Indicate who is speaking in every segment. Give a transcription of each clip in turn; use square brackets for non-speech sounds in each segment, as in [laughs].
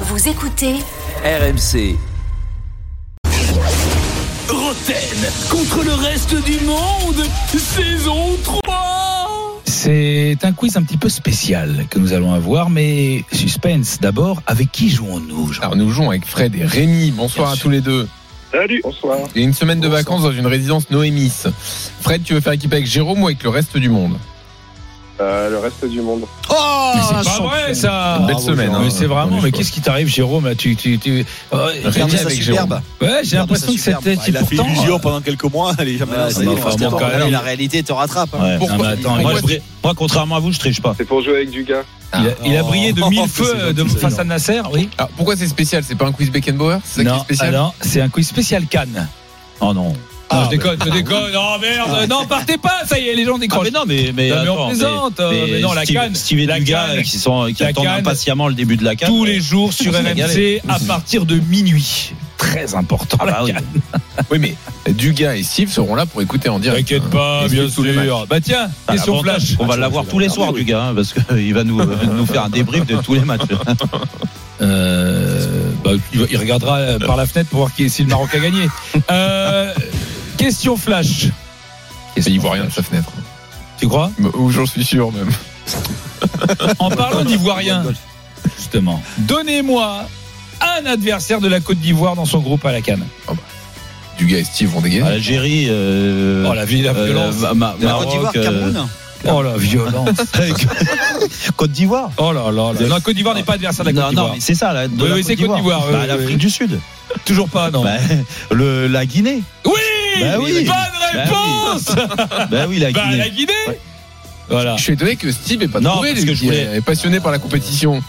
Speaker 1: Vous écoutez
Speaker 2: RMC.
Speaker 3: Roten contre le reste du monde, saison 3
Speaker 4: C'est un quiz un petit peu spécial que nous allons avoir, mais suspense d'abord, avec qui jouons-nous Jean
Speaker 5: Alors nous jouons avec Fred et Rémi. Bonsoir
Speaker 4: Bien
Speaker 5: à
Speaker 4: sûr.
Speaker 5: tous les deux.
Speaker 6: Salut. Bonsoir.
Speaker 5: Et une semaine de vacances dans une résidence Noémis. Fred, tu veux faire équipe avec Jérôme ou avec le reste du monde
Speaker 6: Euh, le reste du monde.
Speaker 7: Ah,
Speaker 4: Oh,
Speaker 5: Mais c'est pas
Speaker 4: vrai ça
Speaker 5: Une belle semaine, hein.
Speaker 4: Ah, Mais c'est vraiment,
Speaker 5: Premier
Speaker 4: mais
Speaker 5: choix.
Speaker 4: qu'est-ce qui t'arrive Jérôme tu, tu, tu... Euh,
Speaker 5: Rémi
Speaker 4: j'ai-
Speaker 5: avec Jérôme.
Speaker 4: Ouais, j'ai l'impression que c'était
Speaker 8: Bah, il a fait
Speaker 4: pourtant... euh,
Speaker 8: illusion pendant quelques mois, elle est jamais là.
Speaker 4: ça y est, enfin, bon, quand même.
Speaker 8: la réalité te rattrape. hein.
Speaker 4: Ouais,
Speaker 5: Pourquoi-
Speaker 4: non, mais attends,
Speaker 5: pourquoi
Speaker 4: moi, je bri- moi, contrairement à vous, je triche pas.
Speaker 6: C'est pour jouer avec du gars.
Speaker 4: Il a, il a
Speaker 8: Oh.
Speaker 4: brillé de mille feux euh,
Speaker 8: C'est gentil,
Speaker 4: de,
Speaker 8: c'est
Speaker 4: face
Speaker 8: énorme.
Speaker 4: à Nasser, oui.
Speaker 5: Alors pourquoi c'est spécial C'est pas un quiz Beckenbauer C'est ça qui est
Speaker 4: non,
Speaker 5: spécial
Speaker 4: ah non, c'est un quiz spécial Cannes. Oh non. Ah, je déconne, je déconne. Oh merde, non, partez pas, ça y est, les gens
Speaker 7: Ah,
Speaker 4: décrochent.
Speaker 7: mais non, mais, mais,
Speaker 4: Non, mais on
Speaker 7: attends,
Speaker 4: plaisante, euh, mais non, la
Speaker 7: Steve,
Speaker 4: canne,
Speaker 7: Steve et
Speaker 4: la
Speaker 7: Dugas,
Speaker 4: canne,
Speaker 7: euh, qui, sont, qui
Speaker 4: la
Speaker 7: attendent
Speaker 4: canne.
Speaker 7: impatiemment le début de la canne.
Speaker 4: tous les jours sur
Speaker 7: Vous régalez.
Speaker 4: RMC à partir de minuit. Très important.
Speaker 7: Ah bah oui.
Speaker 5: Oui, mais Dugas et Steve seront là pour écouter en direct.
Speaker 4: T'inquiète
Speaker 5: Ils
Speaker 4: pas, bien
Speaker 5: suivent tous les
Speaker 4: sûr. Bah tiens,
Speaker 7: Bah,
Speaker 4: question
Speaker 7: l'avantage,
Speaker 4: flash.
Speaker 7: On va l'avoir tous les soirs, Dugas, hein, parce [laughs] qu'il va nous, euh, nous faire un débrief de tous les matchs.
Speaker 4: Euh, bah, il va- il regardera euh, par la fenêtre pour voir qui- si le Maroc a gagné. [laughs] Euh, question flash.
Speaker 5: Mais il voit rien de sa fenêtre.
Speaker 4: Tu crois
Speaker 5: Ou j'en suis sûr même.
Speaker 4: En [laughs] parlant d'Ivoirien, justement, donnez-moi un adversaire de la Côte d'Ivoire dans son groupe à la canne.
Speaker 5: Dugas et Steve vont dégainer.
Speaker 7: [laughs] Algérie, euh,
Speaker 4: Oh la, vie- la
Speaker 7: euh,
Speaker 4: violence.
Speaker 7: Ma- Ma-
Speaker 8: La Côte d'Ivoire,
Speaker 7: Maroc, euh,
Speaker 8: Cameroun.
Speaker 4: Oh la violence.
Speaker 7: [laughs] Côte d'Ivoire.
Speaker 4: [laughs] Oh là là. là. Non, la Côte d'Ivoire n'est pas adversaire de la
Speaker 7: Non,
Speaker 4: Côte
Speaker 7: non,
Speaker 4: d'Ivoire.
Speaker 7: mais c'est ça, la, de
Speaker 4: Oui,
Speaker 7: la
Speaker 4: oui, c'est Côte d'Ivoire,
Speaker 7: Bah,
Speaker 4: oui,
Speaker 7: L'Afrique
Speaker 4: oui.
Speaker 7: du Sud.
Speaker 4: Toujours pas, non.
Speaker 7: Bah, [laughs] le, la Guinée.
Speaker 4: Oui,
Speaker 7: Bah oui.
Speaker 4: Bonne réponse
Speaker 7: Bah oui, la
Speaker 4: Bah,
Speaker 7: Guinée.
Speaker 4: la Guinée Voilà.
Speaker 5: Je suis étonné que Steve est pas
Speaker 7: Non,
Speaker 5: trouvé,
Speaker 7: parce
Speaker 5: lui,
Speaker 7: que je
Speaker 5: qui
Speaker 7: voulais-
Speaker 5: est passionné par la compétition.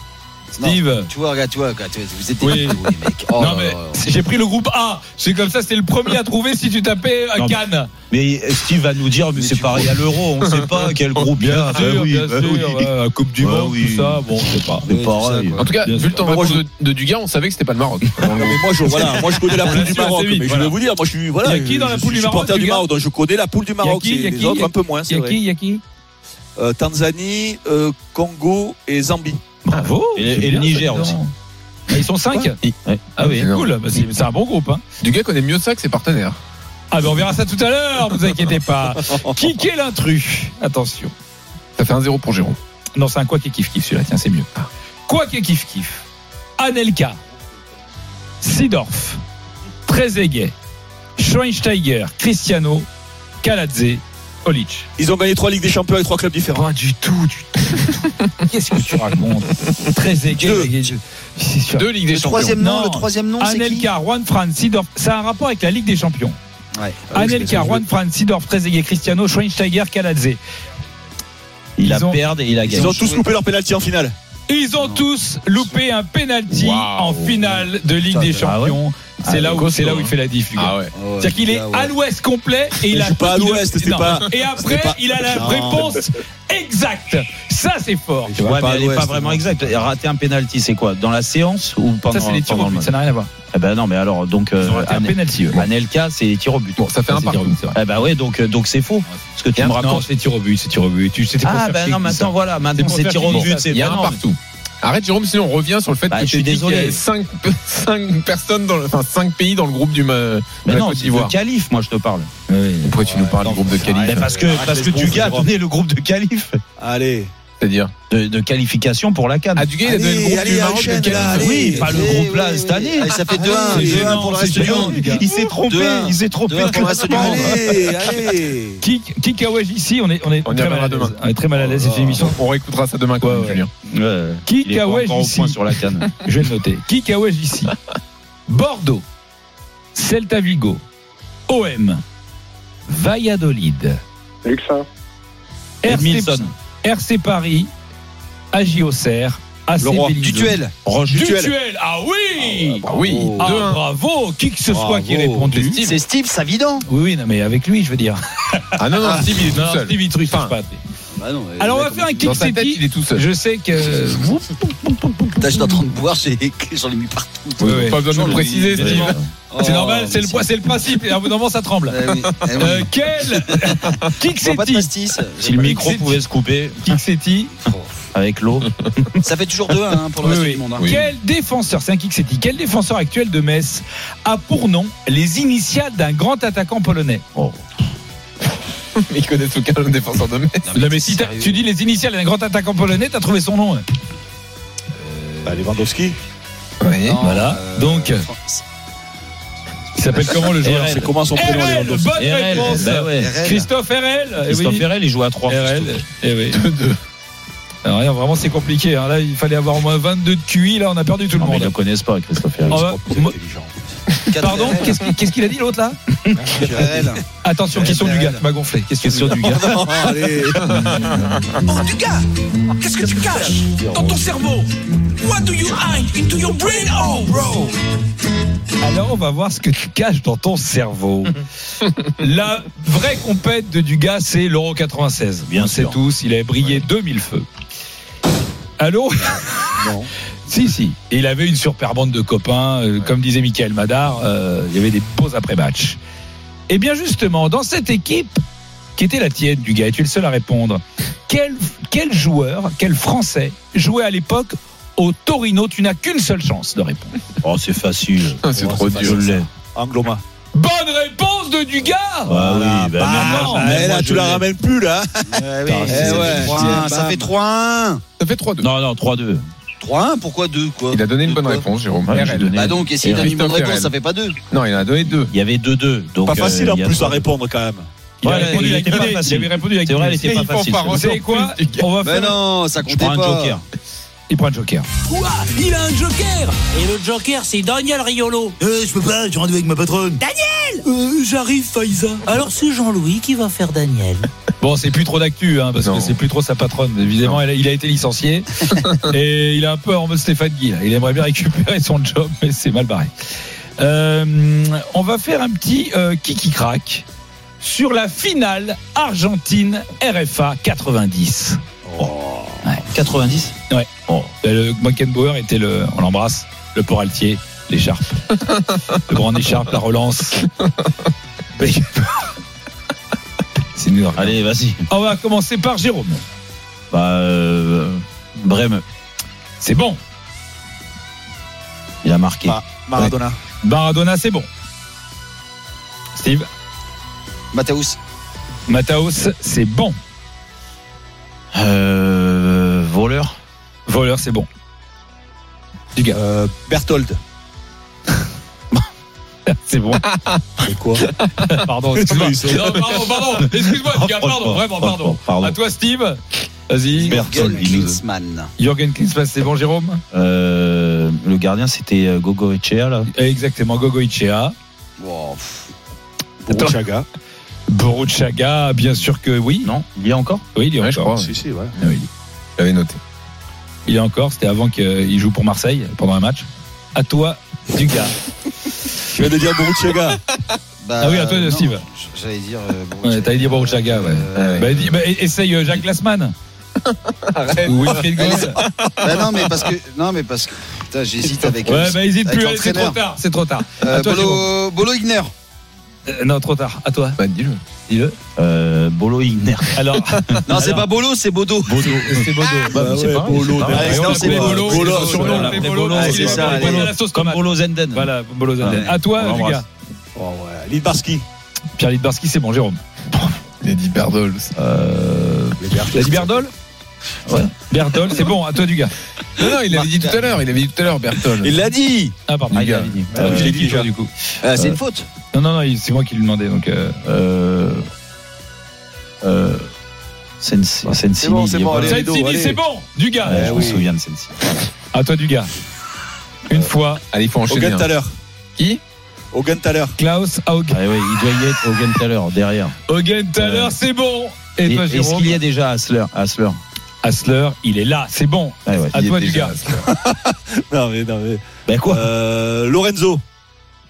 Speaker 4: Steve.
Speaker 8: Tu vois, regarde, tu vois, regarde, tu vois, vous êtes
Speaker 4: Oui.
Speaker 8: des fous, les mecs. Oh,
Speaker 4: non, mais j'ai pris le groupe A. C'est comme ça, c'était le premier à trouver si tu tapais à
Speaker 7: Non, mais-
Speaker 4: Cannes.
Speaker 7: Mais Steve va nous dire, mais c'est pareil à l'euro, on sait pas quel groupe il y
Speaker 8: ah,
Speaker 7: a. Bah
Speaker 4: sûr,
Speaker 7: oui,
Speaker 4: bien
Speaker 7: bah
Speaker 4: sûr,
Speaker 7: oui.
Speaker 4: ouais, la Coupe du
Speaker 7: Ouais,
Speaker 4: Monde,
Speaker 7: oui.
Speaker 4: tout ça. Bon, je sais pas.
Speaker 7: C'est pareil.
Speaker 5: En tout cas,
Speaker 4: Bien
Speaker 5: vu
Speaker 4: sûr.
Speaker 5: le temps de
Speaker 8: Bah, moi,
Speaker 5: réponse de, de Dugas, on savait que c'était pas le Maroc. [laughs]
Speaker 8: mais moi, je, voilà, moi, je connais
Speaker 4: [laughs]
Speaker 8: la
Speaker 4: On
Speaker 8: poule du
Speaker 4: assume assez
Speaker 8: Maroc.
Speaker 4: vite,
Speaker 8: mais je
Speaker 4: voilà.
Speaker 8: vais vous dire, moi, je suis,
Speaker 4: Y
Speaker 8: voilà,
Speaker 4: a qui dans la
Speaker 8: je
Speaker 4: poule
Speaker 8: suis
Speaker 4: du Maroc,
Speaker 8: supporter
Speaker 4: du
Speaker 8: du
Speaker 4: gars
Speaker 8: Maroc, donc je connais la poule du Maroc.
Speaker 4: qui, y a
Speaker 8: c'est
Speaker 4: qui,
Speaker 8: Les
Speaker 4: y
Speaker 8: autres,
Speaker 4: a-
Speaker 8: un peu moins,
Speaker 4: Y
Speaker 8: c'est
Speaker 4: a
Speaker 8: vrai.
Speaker 4: qui Y a qui
Speaker 8: Euh, Tanzanie, euh, Congo et Zambie.
Speaker 4: Bravo
Speaker 7: Et-
Speaker 4: c'est
Speaker 7: et
Speaker 4: bien,
Speaker 7: le Niger
Speaker 4: ça, dis donc. Ah, Ils sont 5
Speaker 7: Ouais.
Speaker 4: Ah oui,
Speaker 5: C'est
Speaker 4: cool. Bah, C'est c'est un bon groupe. Hein.
Speaker 5: Dugas connaît mieux ça que ses partenaires.
Speaker 4: Ah, ben on verra ça tout à l'heure, vous inquiétez
Speaker 8: [laughs]
Speaker 4: pas. Qui est l'intrus Attention.
Speaker 5: Ça fait un zéro pour Jérôme.
Speaker 4: Non, c'est un quoi qui kiffe kiffe celui-là, tiens, c'est mieux. Quoi qui kiffe kiffe. Anelka, Sidorf, Trezeguet, Schweinsteiger, Cristiano, Kaladze, Olic.
Speaker 8: Ils ont gagné trois Ligues des Champions avec trois clubs différents.
Speaker 4: Pas du tout, du tout. [laughs] Qu'est-ce que tu racontes
Speaker 8: Deux.
Speaker 4: Trezeguet, c'est sûr.
Speaker 5: Deux Ligues des Champions.
Speaker 4: nom, le
Speaker 8: troisième nom,
Speaker 4: Anelka, Juan Fran, Sidorf, ça a un rapport avec la Ligue des Champions. Anelka, Juan Fran, Sidorf, Trezeguet, Cristiano, Schweinsteiger, Kaladze.
Speaker 7: Il
Speaker 4: Ils
Speaker 7: a
Speaker 4: ont-
Speaker 7: perdu et il a gagné.
Speaker 8: Ils ont tous loupé leur pénalty en finale.
Speaker 4: Ils ont tous loupé un penalty
Speaker 5: Wow.
Speaker 4: en finale de Ligue
Speaker 8: Putain,
Speaker 4: des
Speaker 8: mais- ah
Speaker 4: Champions. C'est
Speaker 5: Ah,
Speaker 4: là où
Speaker 5: costaud,
Speaker 4: c'est là où il
Speaker 5: hein.
Speaker 4: fait la diff. le gars.
Speaker 5: Ah ouais.
Speaker 4: C'est-à-dire qu'il est à l'ouest complet et il
Speaker 8: Il
Speaker 4: a
Speaker 8: joue pas à
Speaker 4: il a-
Speaker 8: l'ouest, c'est
Speaker 4: non.
Speaker 8: pas-
Speaker 4: Et après,
Speaker 8: c'est pas-
Speaker 4: il a la
Speaker 8: Non.
Speaker 4: réponse exacte. Ça, c'est fort.
Speaker 8: Tu vas
Speaker 7: Ouais,
Speaker 8: pas
Speaker 7: mais
Speaker 8: à
Speaker 7: elle n'est pas
Speaker 8: l'ouest,
Speaker 7: vraiment
Speaker 8: non.
Speaker 7: exacte. Rater un penalty, c'est quoi Dans la séance ou pendant,
Speaker 4: Ça, c'est les tirs au
Speaker 7: pendant le
Speaker 4: but.
Speaker 7: match
Speaker 4: Ça n'a rien à voir.
Speaker 7: Eh ben non, mais alors, donc,
Speaker 4: Ils ont
Speaker 7: euh,
Speaker 4: raté un
Speaker 7: Ane-
Speaker 4: penalty. eux.
Speaker 7: Anelka, c'est tir au but.
Speaker 5: Bon, ça fait un
Speaker 4: C'est tir au
Speaker 5: partout.
Speaker 4: but, c'est vrai.
Speaker 7: Eh ben ouais, donc, euh, donc c'est faux. Ce que tu me
Speaker 4: Non,
Speaker 7: racontes.
Speaker 4: c'est tir au but, c'est tir au but. Tu- c'était pour
Speaker 7: Ah
Speaker 4: faire
Speaker 7: ben non,
Speaker 4: chier,
Speaker 7: maintenant
Speaker 4: ça.
Speaker 7: voilà, maintenant
Speaker 4: pour
Speaker 7: c'est
Speaker 4: faire
Speaker 7: tir au
Speaker 4: chier,
Speaker 7: but,
Speaker 4: ça,
Speaker 7: c'est
Speaker 5: Il y a
Speaker 7: pas
Speaker 5: un
Speaker 7: non.
Speaker 5: partout. Arrête Jérôme, sinon on revient sur le fait
Speaker 7: Bah,
Speaker 5: que
Speaker 7: je suis
Speaker 5: t'es dit qu'il y
Speaker 7: désolé.
Speaker 5: avait 5, personnes dans le, enfin 5 pays dans le groupe du ma- de
Speaker 7: Mais
Speaker 5: la
Speaker 7: non,
Speaker 5: Côte
Speaker 7: c'est le
Speaker 5: d'Ivoire.
Speaker 7: calife, moi je te parle.
Speaker 5: Pourquoi tu nous parles du groupe de
Speaker 7: Mais
Speaker 5: Cali
Speaker 7: parce que
Speaker 8: arrête
Speaker 7: parce que
Speaker 8: les bons,
Speaker 7: Dugas a
Speaker 8: Jérôme.
Speaker 7: donné le groupe de calife
Speaker 8: Allez.
Speaker 5: C'est-à-dire
Speaker 7: de, de qualification pour la canne.
Speaker 5: Ah Duguay, il a donné le groupe du Maroc de
Speaker 8: enchaîne, là,
Speaker 5: Cali.
Speaker 8: allez.
Speaker 7: oui, pas le
Speaker 8: oui,
Speaker 7: groupe là
Speaker 8: oui,
Speaker 7: cette
Speaker 8: oui.
Speaker 7: année. Ah,
Speaker 8: Allez, ça fait 2-1
Speaker 4: c'est gênant,
Speaker 8: pour le
Speaker 4: c'est
Speaker 8: reste du
Speaker 4: gênant,
Speaker 8: monde.
Speaker 4: les gars.
Speaker 7: Il s'est
Speaker 8: Deux
Speaker 7: trompé,
Speaker 8: à un.
Speaker 7: il s'est trompé.
Speaker 8: Deux un pour le reste du [laughs] monde. Allez, allez.
Speaker 4: Qui, qui Kawaj ici, on est, on est
Speaker 5: On y
Speaker 4: très mal
Speaker 5: reviendra
Speaker 4: à l'aise.
Speaker 5: demain. Oh
Speaker 4: On est très mal à l'aise, c'est une émission.
Speaker 5: On réécoutera ça demain quand
Speaker 4: Ouais,
Speaker 5: même,
Speaker 4: ouais.
Speaker 5: Julien.
Speaker 7: Ouais.
Speaker 4: Qui ah
Speaker 7: Il est pas
Speaker 4: Kawaj
Speaker 7: encore au
Speaker 4: ici
Speaker 7: point sur la
Speaker 8: [laughs]
Speaker 7: canne.
Speaker 4: Je vais le noter. Qui Kawaj ici Bordeaux, Celta Vigo, OM, Valladolid,
Speaker 6: Luxin.
Speaker 4: RC,
Speaker 7: Edmilson.
Speaker 4: RC Paris, AJ Auxerre, AC
Speaker 8: Le roi.
Speaker 4: Belize.
Speaker 8: Dutuel.
Speaker 7: Roche
Speaker 4: Du
Speaker 7: Dutuel.
Speaker 4: duel. Ah oui
Speaker 5: Ah oui,
Speaker 8: Oh.
Speaker 4: Ah,
Speaker 5: 2-1.
Speaker 4: bravo, qui que ce soit qui ait
Speaker 8: Bravo.
Speaker 4: répondu. Oui,
Speaker 8: C'est Steve Savidan.
Speaker 4: oui, non, mais avec lui, je veux dire.
Speaker 5: Ah non, non, Steve, il est tout
Speaker 4: Non,
Speaker 5: seul.
Speaker 4: Steve, il triche
Speaker 5: Enfin,
Speaker 4: pas.
Speaker 8: Bah non, mais
Speaker 4: Alors, on va
Speaker 8: mec,
Speaker 4: faire un
Speaker 5: Dans
Speaker 4: kick
Speaker 5: sa tête,
Speaker 4: city.
Speaker 5: il est tout seul.
Speaker 4: Je sais que.
Speaker 8: Putain, je suis en train de boire, j'ai- j'en ai mis partout. Oh,
Speaker 4: Ouais, ouais.
Speaker 5: Pas besoin de le préciser, Steve.
Speaker 4: C'est normal, c'est le, c'est le principe. Et à un moment, ça tremble.
Speaker 8: Eh
Speaker 4: Euh,
Speaker 8: [laughs]
Speaker 4: quel Kick
Speaker 8: Pas de
Speaker 4: City
Speaker 8: pastis.
Speaker 7: Si le micro
Speaker 4: Dixit.
Speaker 7: pouvait se couper.
Speaker 4: Kick City
Speaker 7: avec l'eau.
Speaker 8: Ça fait toujours 2-1 hein, pour le
Speaker 4: Oui,
Speaker 8: reste
Speaker 4: oui.
Speaker 8: du monde. hein.
Speaker 5: Oui.
Speaker 4: Quel défenseur, c'est un kick city, quel défenseur actuel de Metz a pour nom les initiales d'un grand attaquant polonais
Speaker 5: Il connaît tout cas le défenseur de Metz.
Speaker 4: Non, mais si t'as- tu dis les initiales d'un grand attaquant polonais, t'as trouvé son nom. hein.
Speaker 8: Bah, Lewandowski.
Speaker 5: Oui.
Speaker 8: Non,
Speaker 4: voilà. Donc,
Speaker 8: Fran-
Speaker 4: euh, Il s'appelle comment le joueur
Speaker 7: RL.
Speaker 8: C'est comment son prénom
Speaker 4: RL,
Speaker 8: Lewandowski
Speaker 4: bonne
Speaker 7: RL,
Speaker 4: réponse.
Speaker 7: bah ouais.
Speaker 4: Christophe RL. eh
Speaker 7: Christophe
Speaker 4: oui.
Speaker 7: Ferrel, il joue à 3.
Speaker 4: RL. Eh oui. Alors, regarde, vraiment, c'est compliqué. hein. Là, il fallait avoir au moins 22 de QI. Là, on a perdu tout le
Speaker 7: Non, mais ils ne
Speaker 4: monde.
Speaker 7: le connaissent pas, Christophe Ferrel.
Speaker 4: Ah ouais. Mo-
Speaker 8: Quatre
Speaker 4: Pardon,
Speaker 8: RL.
Speaker 4: qu'est-ce qu'il- qu'est-ce qu'il a dit l'autre là
Speaker 8: RL.
Speaker 4: Attention, question du gars, tu m'as gonflé.
Speaker 7: Question du gars.
Speaker 8: Oh, allez.
Speaker 3: Oh, du gars Qu'est-ce que tu caches dans ton cerveau What do you hide into your brain, oh, bro
Speaker 4: Alors, on va voir ce que tu caches dans ton
Speaker 7: [laughs]
Speaker 4: cerveau. La vraie compète de Dugas, c'est l'Euro 96.
Speaker 7: Bien
Speaker 4: on le sait
Speaker 7: sûr.
Speaker 4: tous, il avait brillé 2000 feux. Allô
Speaker 8: Non.
Speaker 4: [laughs] Si, si. Et il avait une super bande de copains. euh, Comme disait Michael Madar, euh, il y avait des pauses après-match. Et bien justement, dans cette équipe, qui était la tienne, Dugas, et tu es le seul à répondre, quel, quel joueur, quel Français jouait à l'époque au Torino Tu n'as qu'une seule chance de répondre.
Speaker 7: Oh, c'est facile.
Speaker 5: Ah, c'est
Speaker 7: Oh,
Speaker 5: trop
Speaker 7: facile,
Speaker 5: dur,
Speaker 7: je l'ai.
Speaker 8: [laughs] Angloma.
Speaker 4: Bonne réponse de Dugas
Speaker 7: Ah oui,
Speaker 8: Voilà,
Speaker 7: bah,
Speaker 8: bah,
Speaker 4: non,
Speaker 8: bah,
Speaker 7: mais
Speaker 8: là,
Speaker 7: moi,
Speaker 8: tu
Speaker 7: je
Speaker 8: la
Speaker 7: l'ai.
Speaker 8: ramènes plus, là.
Speaker 5: oui,
Speaker 8: Eh
Speaker 5: c'est
Speaker 8: ouais.
Speaker 5: 3-1,
Speaker 8: Ça fait 3-1.
Speaker 5: Ça fait 3-2.
Speaker 7: Non, non, 3-2.
Speaker 8: 3-1, pourquoi 2 quoi
Speaker 5: Il a donné une
Speaker 8: Deux,
Speaker 5: bonne
Speaker 8: quoi.
Speaker 5: réponse, Jérôme.
Speaker 7: Ouais, j'ai
Speaker 5: RL.
Speaker 7: donné.
Speaker 1: Bah donc, essayer
Speaker 5: Et
Speaker 1: d'un numéro de
Speaker 5: Christophe
Speaker 1: réponse,
Speaker 5: Ferrel.
Speaker 1: ça fait pas deux.
Speaker 5: Non, il en a donné deux.
Speaker 7: Il y avait 2-2. donc,
Speaker 8: Pas
Speaker 7: euh,
Speaker 8: facile en
Speaker 7: il y a
Speaker 8: plus à
Speaker 7: pas-
Speaker 8: répondre quand même.
Speaker 4: Il a
Speaker 7: Ouais,
Speaker 4: répondu
Speaker 7: il
Speaker 4: avec
Speaker 7: était
Speaker 4: une
Speaker 7: pas
Speaker 4: idée.
Speaker 7: facile.
Speaker 4: Il avait répondu avec
Speaker 7: C'est vrai,
Speaker 4: une
Speaker 7: elle
Speaker 4: idée.
Speaker 7: était pas facile.
Speaker 4: Vous savez quoi On va
Speaker 1: Mais
Speaker 4: faire.
Speaker 1: non, ça
Speaker 7: Je
Speaker 1: comptait
Speaker 7: prends un
Speaker 1: pas.
Speaker 7: joker.
Speaker 4: Il prend un joker.
Speaker 3: Quoi Il a un joker Et le joker, c'est Daniel Riolo. Euh, je peux pas, j'ai rendez-vous avec ma patronne. Daniel Euh, j'arrive, Faiza. Alors c'est Jean-Louis qui va faire Daniel.
Speaker 4: Bon, c'est plus trop d'actu, hein, parce
Speaker 5: Non.
Speaker 4: que c'est plus trop sa patronne. Évidemment, elle a- il a été licencié. et il est un peu en mode Stéphane Guy. là. Il aimerait bien récupérer son job, mais c'est mal barré. Euh, on va faire un petit euh, kiki crack sur la finale Argentine RFA 90.
Speaker 7: 90
Speaker 4: Bon, ben, le Mockenbauer était le, on l'embrasse, le poraltier, l'écharpe. le grand écharpe, la relance. Mais- [laughs] C'est nul.
Speaker 7: Allez, vas-y.
Speaker 4: On va commencer par Jérôme.
Speaker 7: Bah, euh, Brême,
Speaker 4: C'est bon.
Speaker 7: il a marqué.
Speaker 8: Bah, Maradona.
Speaker 4: Maradona, c'est bon. Steve.
Speaker 1: Mathéus.
Speaker 4: Mataos, c'est bon.
Speaker 7: Euh, voleur
Speaker 4: Voleur, c'est bon.
Speaker 8: Euh, Berthold.
Speaker 4: C'est bon.
Speaker 8: C'est quoi
Speaker 4: [laughs] Pardon, excuse-moi. Non, pardon, pardon. Excuse-moi, les
Speaker 7: Oh,
Speaker 4: gars, pardon, vraiment, pardon. À toi, Steve. Vas-y.
Speaker 7: Berthold,
Speaker 1: Jürgen
Speaker 7: il nous-
Speaker 1: Klinsmann.
Speaker 4: Jürgen Klinsmann, c'est bon, Jérôme
Speaker 7: Euh, le gardien, c'était euh, Gogo Echea, là.
Speaker 4: Exactement, Gogo Ichea.
Speaker 1: Wow, pff.
Speaker 8: Boruchaga.
Speaker 4: Boruchaga, bien sûr que oui.
Speaker 7: Non Il y a encore
Speaker 4: Oui, il est
Speaker 5: Ouais, je
Speaker 4: encore.
Speaker 5: crois.
Speaker 8: Si, si, ouais.
Speaker 5: J'avais noté.
Speaker 4: Il est encore, c'était avant qu'il joue pour Marseille pendant un match. À toi, Dugas.
Speaker 8: Tu viens de dire [laughs] Boruchaga.
Speaker 1: Bah,
Speaker 4: Ah oui, à toi,
Speaker 8: euh,
Speaker 1: non,
Speaker 4: Steve.
Speaker 1: j- J'allais dire.
Speaker 4: Ouais, t'avais dit Boruchaga, ouais.
Speaker 5: Ouais.
Speaker 4: Bah, dis- bah, essaye euh, Jacques Glassman. Ou Wilfried Goll.
Speaker 1: Bah non, mais parce que. Non, mais parce que. Putain, j'hésite avec.
Speaker 4: Ah Ouais, bah hésite
Speaker 1: Avec
Speaker 4: plus, allez, c'est trop
Speaker 1: l'entraîneur.
Speaker 4: tard. C'est trop tard.
Speaker 1: Euh,
Speaker 4: à toi,
Speaker 1: Bolo, Bolo Igner.
Speaker 4: Euh, non, trop tard. À toi.
Speaker 5: Bah, dis-le.
Speaker 4: Dis-le.
Speaker 7: euh, Bolo Igner.
Speaker 4: Alors, [laughs]
Speaker 1: Non, c'est
Speaker 4: Alors.
Speaker 1: pas Bolo, c'est Bodo.
Speaker 7: Bodo.
Speaker 4: c'est Bodo. Ah.
Speaker 7: Bah, c'est
Speaker 8: ouais,
Speaker 7: pas mal,
Speaker 8: Bolo,
Speaker 7: c'est pas mal.
Speaker 1: Allez,
Speaker 4: Et on
Speaker 1: non,
Speaker 4: l'appelait
Speaker 1: c'est
Speaker 4: Bolo.
Speaker 8: Bolo,
Speaker 4: Son surnom,
Speaker 8: on
Speaker 4: on l'appelait
Speaker 7: l'appelait
Speaker 4: Bolo.
Speaker 7: Bolo,
Speaker 4: parce
Speaker 1: c'est
Speaker 4: qu'il aimait
Speaker 1: ça,
Speaker 4: pas les
Speaker 1: allez.
Speaker 4: Bolo à la sauce
Speaker 7: Comme
Speaker 4: tomate.
Speaker 7: Bolo Zenden.
Speaker 4: Voilà, Bolo Zenden.
Speaker 7: Ouais.
Speaker 4: À toi,
Speaker 7: On
Speaker 4: Dugas.
Speaker 7: l'embrasse.
Speaker 8: Oh, ouais. Lidbarski.
Speaker 4: Pierre Lidbarski, c'est bon, Jérôme.
Speaker 5: Lady Berdol.
Speaker 7: Euh,
Speaker 4: T'as dit Berdol
Speaker 7: Ouais.
Speaker 4: Berdol, c'est bon. À toi, Dugas.
Speaker 5: Non, non, il avait dit tout à l'heure. Il avait dit tout à l'heure, Bertol.
Speaker 8: Il l'a dit.
Speaker 4: Ah, pardon.
Speaker 7: ah, il
Speaker 5: Dugas.
Speaker 7: avait dit.
Speaker 4: Ah, je
Speaker 7: Euh,
Speaker 4: l'ai dit, Dugas, du coup.
Speaker 8: Ah,
Speaker 1: Euh, c'est une faute.
Speaker 4: Non, non, non, il- c'est moi qui lui demandais, donc. euh,
Speaker 7: euh, euh, Sensi. Sensi.
Speaker 8: bon, Bah,
Speaker 7: il
Speaker 8: c'est
Speaker 7: y a
Speaker 8: bon,
Speaker 7: pas-
Speaker 8: allez.
Speaker 4: Saïd Sidi,
Speaker 8: allez.
Speaker 4: c'est bon, du gars.
Speaker 7: Ouais, je me
Speaker 8: oui.
Speaker 7: souviens de Sensi.
Speaker 4: À toi, du gars. Une fois,
Speaker 5: Allez, il faut enchaîner.
Speaker 8: Hogan
Speaker 5: hein.
Speaker 8: Thaler.
Speaker 5: Qui
Speaker 8: Hogan Thaler.
Speaker 4: Klaus Haug.
Speaker 7: Ah, ouais, il doit y être Hogan tout à l'heure, derrière.
Speaker 4: Hogan tout à l'heure, c'est bon. Et
Speaker 7: Et-
Speaker 4: toi,
Speaker 7: Est-ce
Speaker 4: Jérôme
Speaker 7: qu'il y a déjà Hassler Hassler.
Speaker 4: Hassler, il est là, c'est [laughs] bon.
Speaker 7: Ah, ouais. Bah,
Speaker 4: À
Speaker 5: Il
Speaker 4: toi,
Speaker 5: est
Speaker 4: du
Speaker 5: déjà
Speaker 4: gars.
Speaker 5: à ce soir.
Speaker 8: Non, mais, non, mais.
Speaker 7: Ben quoi
Speaker 8: Euh, Lorenzo.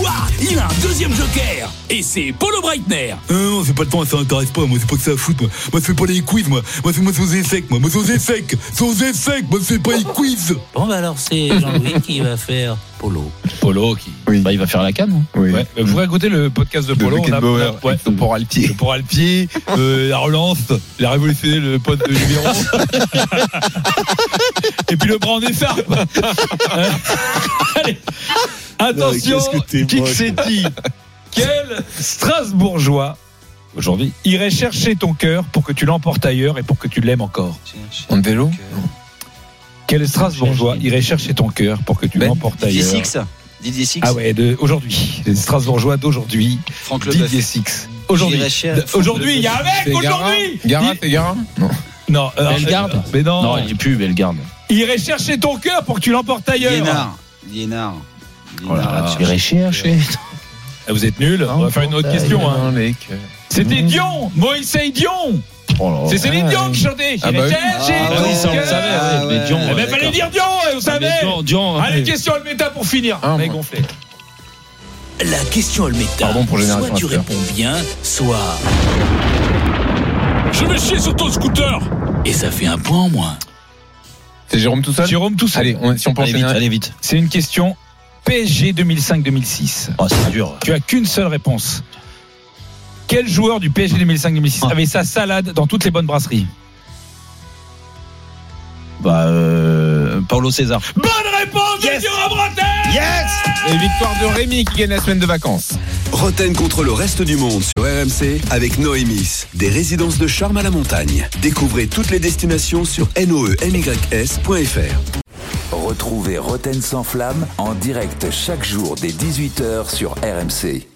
Speaker 3: Ouah, il a un deuxième joker Et c'est Polo Breitner Ah non, c'est pas le temps, ça m'intéresse pas, moi c'est pas que ça à foutre, moi. Moi c'est pas les quiz, moi. Moi c'est moi c'est aux échecs, moi. Moi c'est aux échecs C'est aux échecs, moi c'est pas les quiz Bon bah alors c'est Jean-Louis qui va faire Polo.
Speaker 4: Polo qui.
Speaker 5: Oui.
Speaker 7: Bah, il va faire la canne. hein.
Speaker 5: Oui.
Speaker 4: Ouais, vous pourrez écouter le podcast de
Speaker 5: De
Speaker 4: Polo. on a-
Speaker 5: Beckenbauer,
Speaker 4: on a- ouais.
Speaker 5: avec son
Speaker 4: Le
Speaker 5: Poraltier.
Speaker 4: Poralpier, euh, la relance, il a révolutionné le pote de Libéron.
Speaker 8: [laughs]
Speaker 4: Et puis le bras en effarpe.
Speaker 8: [laughs]
Speaker 4: Allez, attention,
Speaker 8: Non, mais qu'est-ce que t'es moche.
Speaker 4: Kixetti. Quel Strasbourgeois, aujourd'hui, irait chercher ton cœur pour que tu l'emportes ailleurs et pour que tu l'aimes encore
Speaker 5: En vélo
Speaker 4: Quel Strasbourgeois irait chercher ton cœur pour que tu
Speaker 1: Ben,
Speaker 4: l'emportes
Speaker 1: Didier
Speaker 4: ailleurs
Speaker 1: Six. Didier Six.
Speaker 4: Ah ouais, de- aujourd'hui. Les Strasbourgeois d'aujourd'hui,
Speaker 1: Franck Leboeuf.
Speaker 4: Didier Six. Aujourd'hui,
Speaker 1: J'irais cher-
Speaker 4: aujourd'hui, il y a un
Speaker 5: C'est
Speaker 4: mec
Speaker 5: Gara
Speaker 4: aujourd'hui.
Speaker 5: Gara,
Speaker 4: Il-
Speaker 5: c'est Gara Non.
Speaker 4: Non, euh,
Speaker 7: Bellegarde
Speaker 4: euh, Mais non,
Speaker 7: Non, il est plus Bellegarde.
Speaker 4: irait chercher ton cœur pour que tu l'emportes ailleurs.
Speaker 1: Liénard. Liénard.
Speaker 7: Oh
Speaker 1: Liénard.
Speaker 7: Il irait chercher.
Speaker 4: Ah, Vous êtes nuls. On va faire une autre question. hein.
Speaker 5: Dans les cœurs.
Speaker 4: C'était Dion, Moïse Dion.
Speaker 7: Oh là là.
Speaker 4: C'est Céline Dion qui chantait.
Speaker 5: Ah
Speaker 4: Irait
Speaker 5: bah oui.
Speaker 4: chercher
Speaker 1: Ah
Speaker 4: ton
Speaker 1: oui, ça, on le
Speaker 8: euh,
Speaker 4: cœur.
Speaker 1: savait, ouais.
Speaker 8: ah,
Speaker 7: mais
Speaker 1: ouais.
Speaker 7: Dion.
Speaker 4: Eh ben,
Speaker 7: ouais,
Speaker 4: fallait
Speaker 7: d'accord.
Speaker 4: dire Dion, et vous
Speaker 7: Ah, mais
Speaker 4: savez.
Speaker 7: Dion, Dion.
Speaker 4: Allez,
Speaker 7: ouais.
Speaker 4: question le méta pour finir.
Speaker 5: Ah,
Speaker 4: Mec
Speaker 5: moi.
Speaker 4: gonflé.
Speaker 3: La question elle méta.
Speaker 5: Pardon pour le
Speaker 3: soit
Speaker 5: génération
Speaker 3: tu
Speaker 5: After.
Speaker 3: réponds bien, soit. Je vais chier sur ton scooter Et ça fait un point en moins.
Speaker 5: C'est Jérôme tout seul
Speaker 4: Jérôme Toussaint.
Speaker 5: Allez, on- si on pense
Speaker 7: Allez vite,
Speaker 5: à
Speaker 7: allez vite.
Speaker 4: C'est une question PSG 2005-2006.
Speaker 7: Oh, c'est dur.
Speaker 4: Tu as qu'une seule réponse. Quel joueur du PSG 2005-2006 avait sa salade dans toutes les bonnes brasseries
Speaker 7: Bah, euh, Paulo César.
Speaker 4: Bonne réponse de Jérôme Rotten
Speaker 5: Et victoire de Rémi qui gagne la semaine de vacances.
Speaker 2: Roten contre le reste du monde sur RMC avec Noémis, des résidences de charme à la montagne. Découvrez toutes les destinations sur noemys.fr.
Speaker 9: Retrouvez Roten sans flamme en direct chaque jour dès 18h sur RMC.